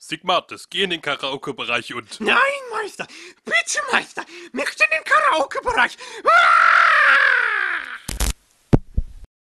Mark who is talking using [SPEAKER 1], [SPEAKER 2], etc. [SPEAKER 1] Sigmates, geh in den Karaoke-Bereich und...
[SPEAKER 2] Nein, Meister! Bitte, Meister! Nicht in den Karaoke-Bereich! Ah!